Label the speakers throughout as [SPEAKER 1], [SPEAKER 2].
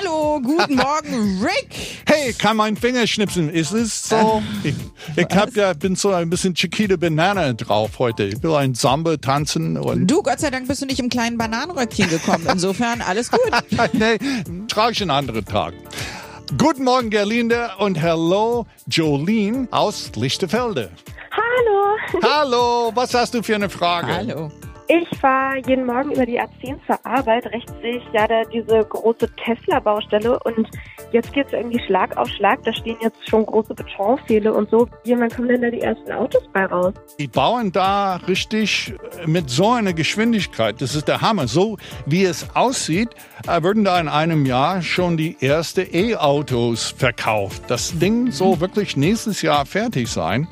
[SPEAKER 1] Hallo, guten Morgen, Rick.
[SPEAKER 2] Hey, kann mein Finger schnipsen? Ist es so? Ich, ich hab ja, bin so ein bisschen Chiquita Banana drauf heute. Ich will ein Samba tanzen und.
[SPEAKER 1] Du, Gott sei Dank bist du nicht im kleinen Bananenröckchen gekommen. Insofern alles gut.
[SPEAKER 2] nee, trage ich einen anderen Tag. Guten Morgen, Gerlinde und hello, Jolene aus Lichtefelde.
[SPEAKER 3] Hallo.
[SPEAKER 2] Hallo, was hast du für eine Frage?
[SPEAKER 1] Hallo.
[SPEAKER 3] Ich fahre jeden Morgen über die A10 zur Arbeit. Rechts sehe ich ja da diese große Tesla-Baustelle und jetzt geht es irgendwie Schlag auf Schlag. Da stehen jetzt schon große Betonpfähle und so. Irgendwann kommen dann da die ersten Autos bei raus.
[SPEAKER 2] Die bauen da richtig mit so einer Geschwindigkeit. Das ist der Hammer. So wie es aussieht, äh, würden da in einem Jahr schon die ersten E-Autos verkauft. Das Ding soll wirklich nächstes Jahr fertig sein.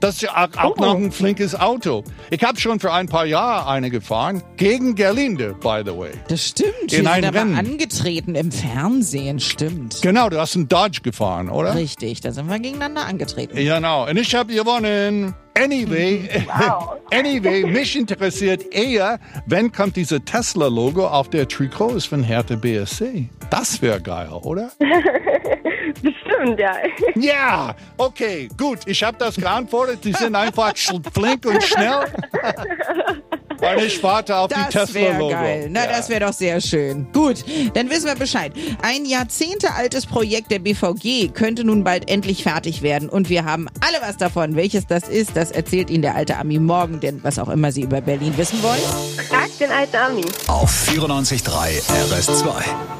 [SPEAKER 2] Das ist ja auch, auch
[SPEAKER 3] Oh.
[SPEAKER 2] noch ein flinkes Auto. Ich habe schon für ein paar Jahre eine gefahren. Gegen Gerlinde, by the way.
[SPEAKER 1] Das stimmt.
[SPEAKER 2] In
[SPEAKER 1] Wir
[SPEAKER 2] ein
[SPEAKER 1] sind aber
[SPEAKER 2] Rennen.
[SPEAKER 1] angetreten im Fernsehen, stimmt.
[SPEAKER 2] Genau, du hast einen Dodge gefahren, oder?
[SPEAKER 1] Richtig, da sind wir gegeneinander angetreten.
[SPEAKER 2] Genau, und ich habe gewonnen. Anyway, anyway, mich interessiert eher, wenn kommt diese Tesla-Logo auf der Trikots von Hertha BSC. Das wäre geil, oder?
[SPEAKER 3] Bestimmt, ja.
[SPEAKER 2] Ja, okay, gut. Ich habe das geantwortet. Die sind einfach schl- flink und schnell. Und ich warte auf die
[SPEAKER 1] Das wäre
[SPEAKER 2] Tesla-Logo.
[SPEAKER 1] geil. Na,
[SPEAKER 2] Ja.
[SPEAKER 1] das wäre doch sehr schön. Gut, dann wissen wir Bescheid. Ein Jahrzehnte altes Projekt der BVG könnte nun bald endlich fertig werden und wir haben alle was davon. Welches das ist, das erzählt Ihnen der alte Ami morgen, denn was auch immer Sie über Berlin wissen wollen.
[SPEAKER 3] Frag den alten Ami.
[SPEAKER 4] Auf 94.3 RS2.